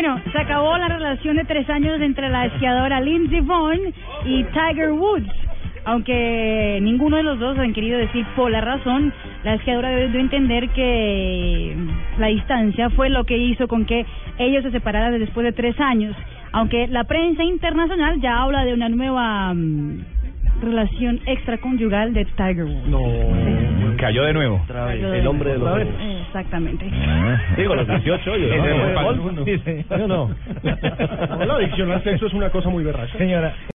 Bueno, se acabó la relación de tres años entre la esquiadora Lindsey Vonn y Tiger Woods. Aunque ninguno de los dos han querido decir por la razón, la esquiadora debe de entender que la distancia fue lo que hizo con que ellos se separaran después de tres años. Aunque la prensa internacional ya habla de una nueva mm, relación extraconyugal de Tiger Woods. Cayó de nuevo. Otra vez, el hombre de los Otra vez. goles. Exactamente. Digo, los 18 yo, ¿no? Ese fue el Gol, gol. dice. No, no. La adicción al sexo es una cosa muy berraca. Señora.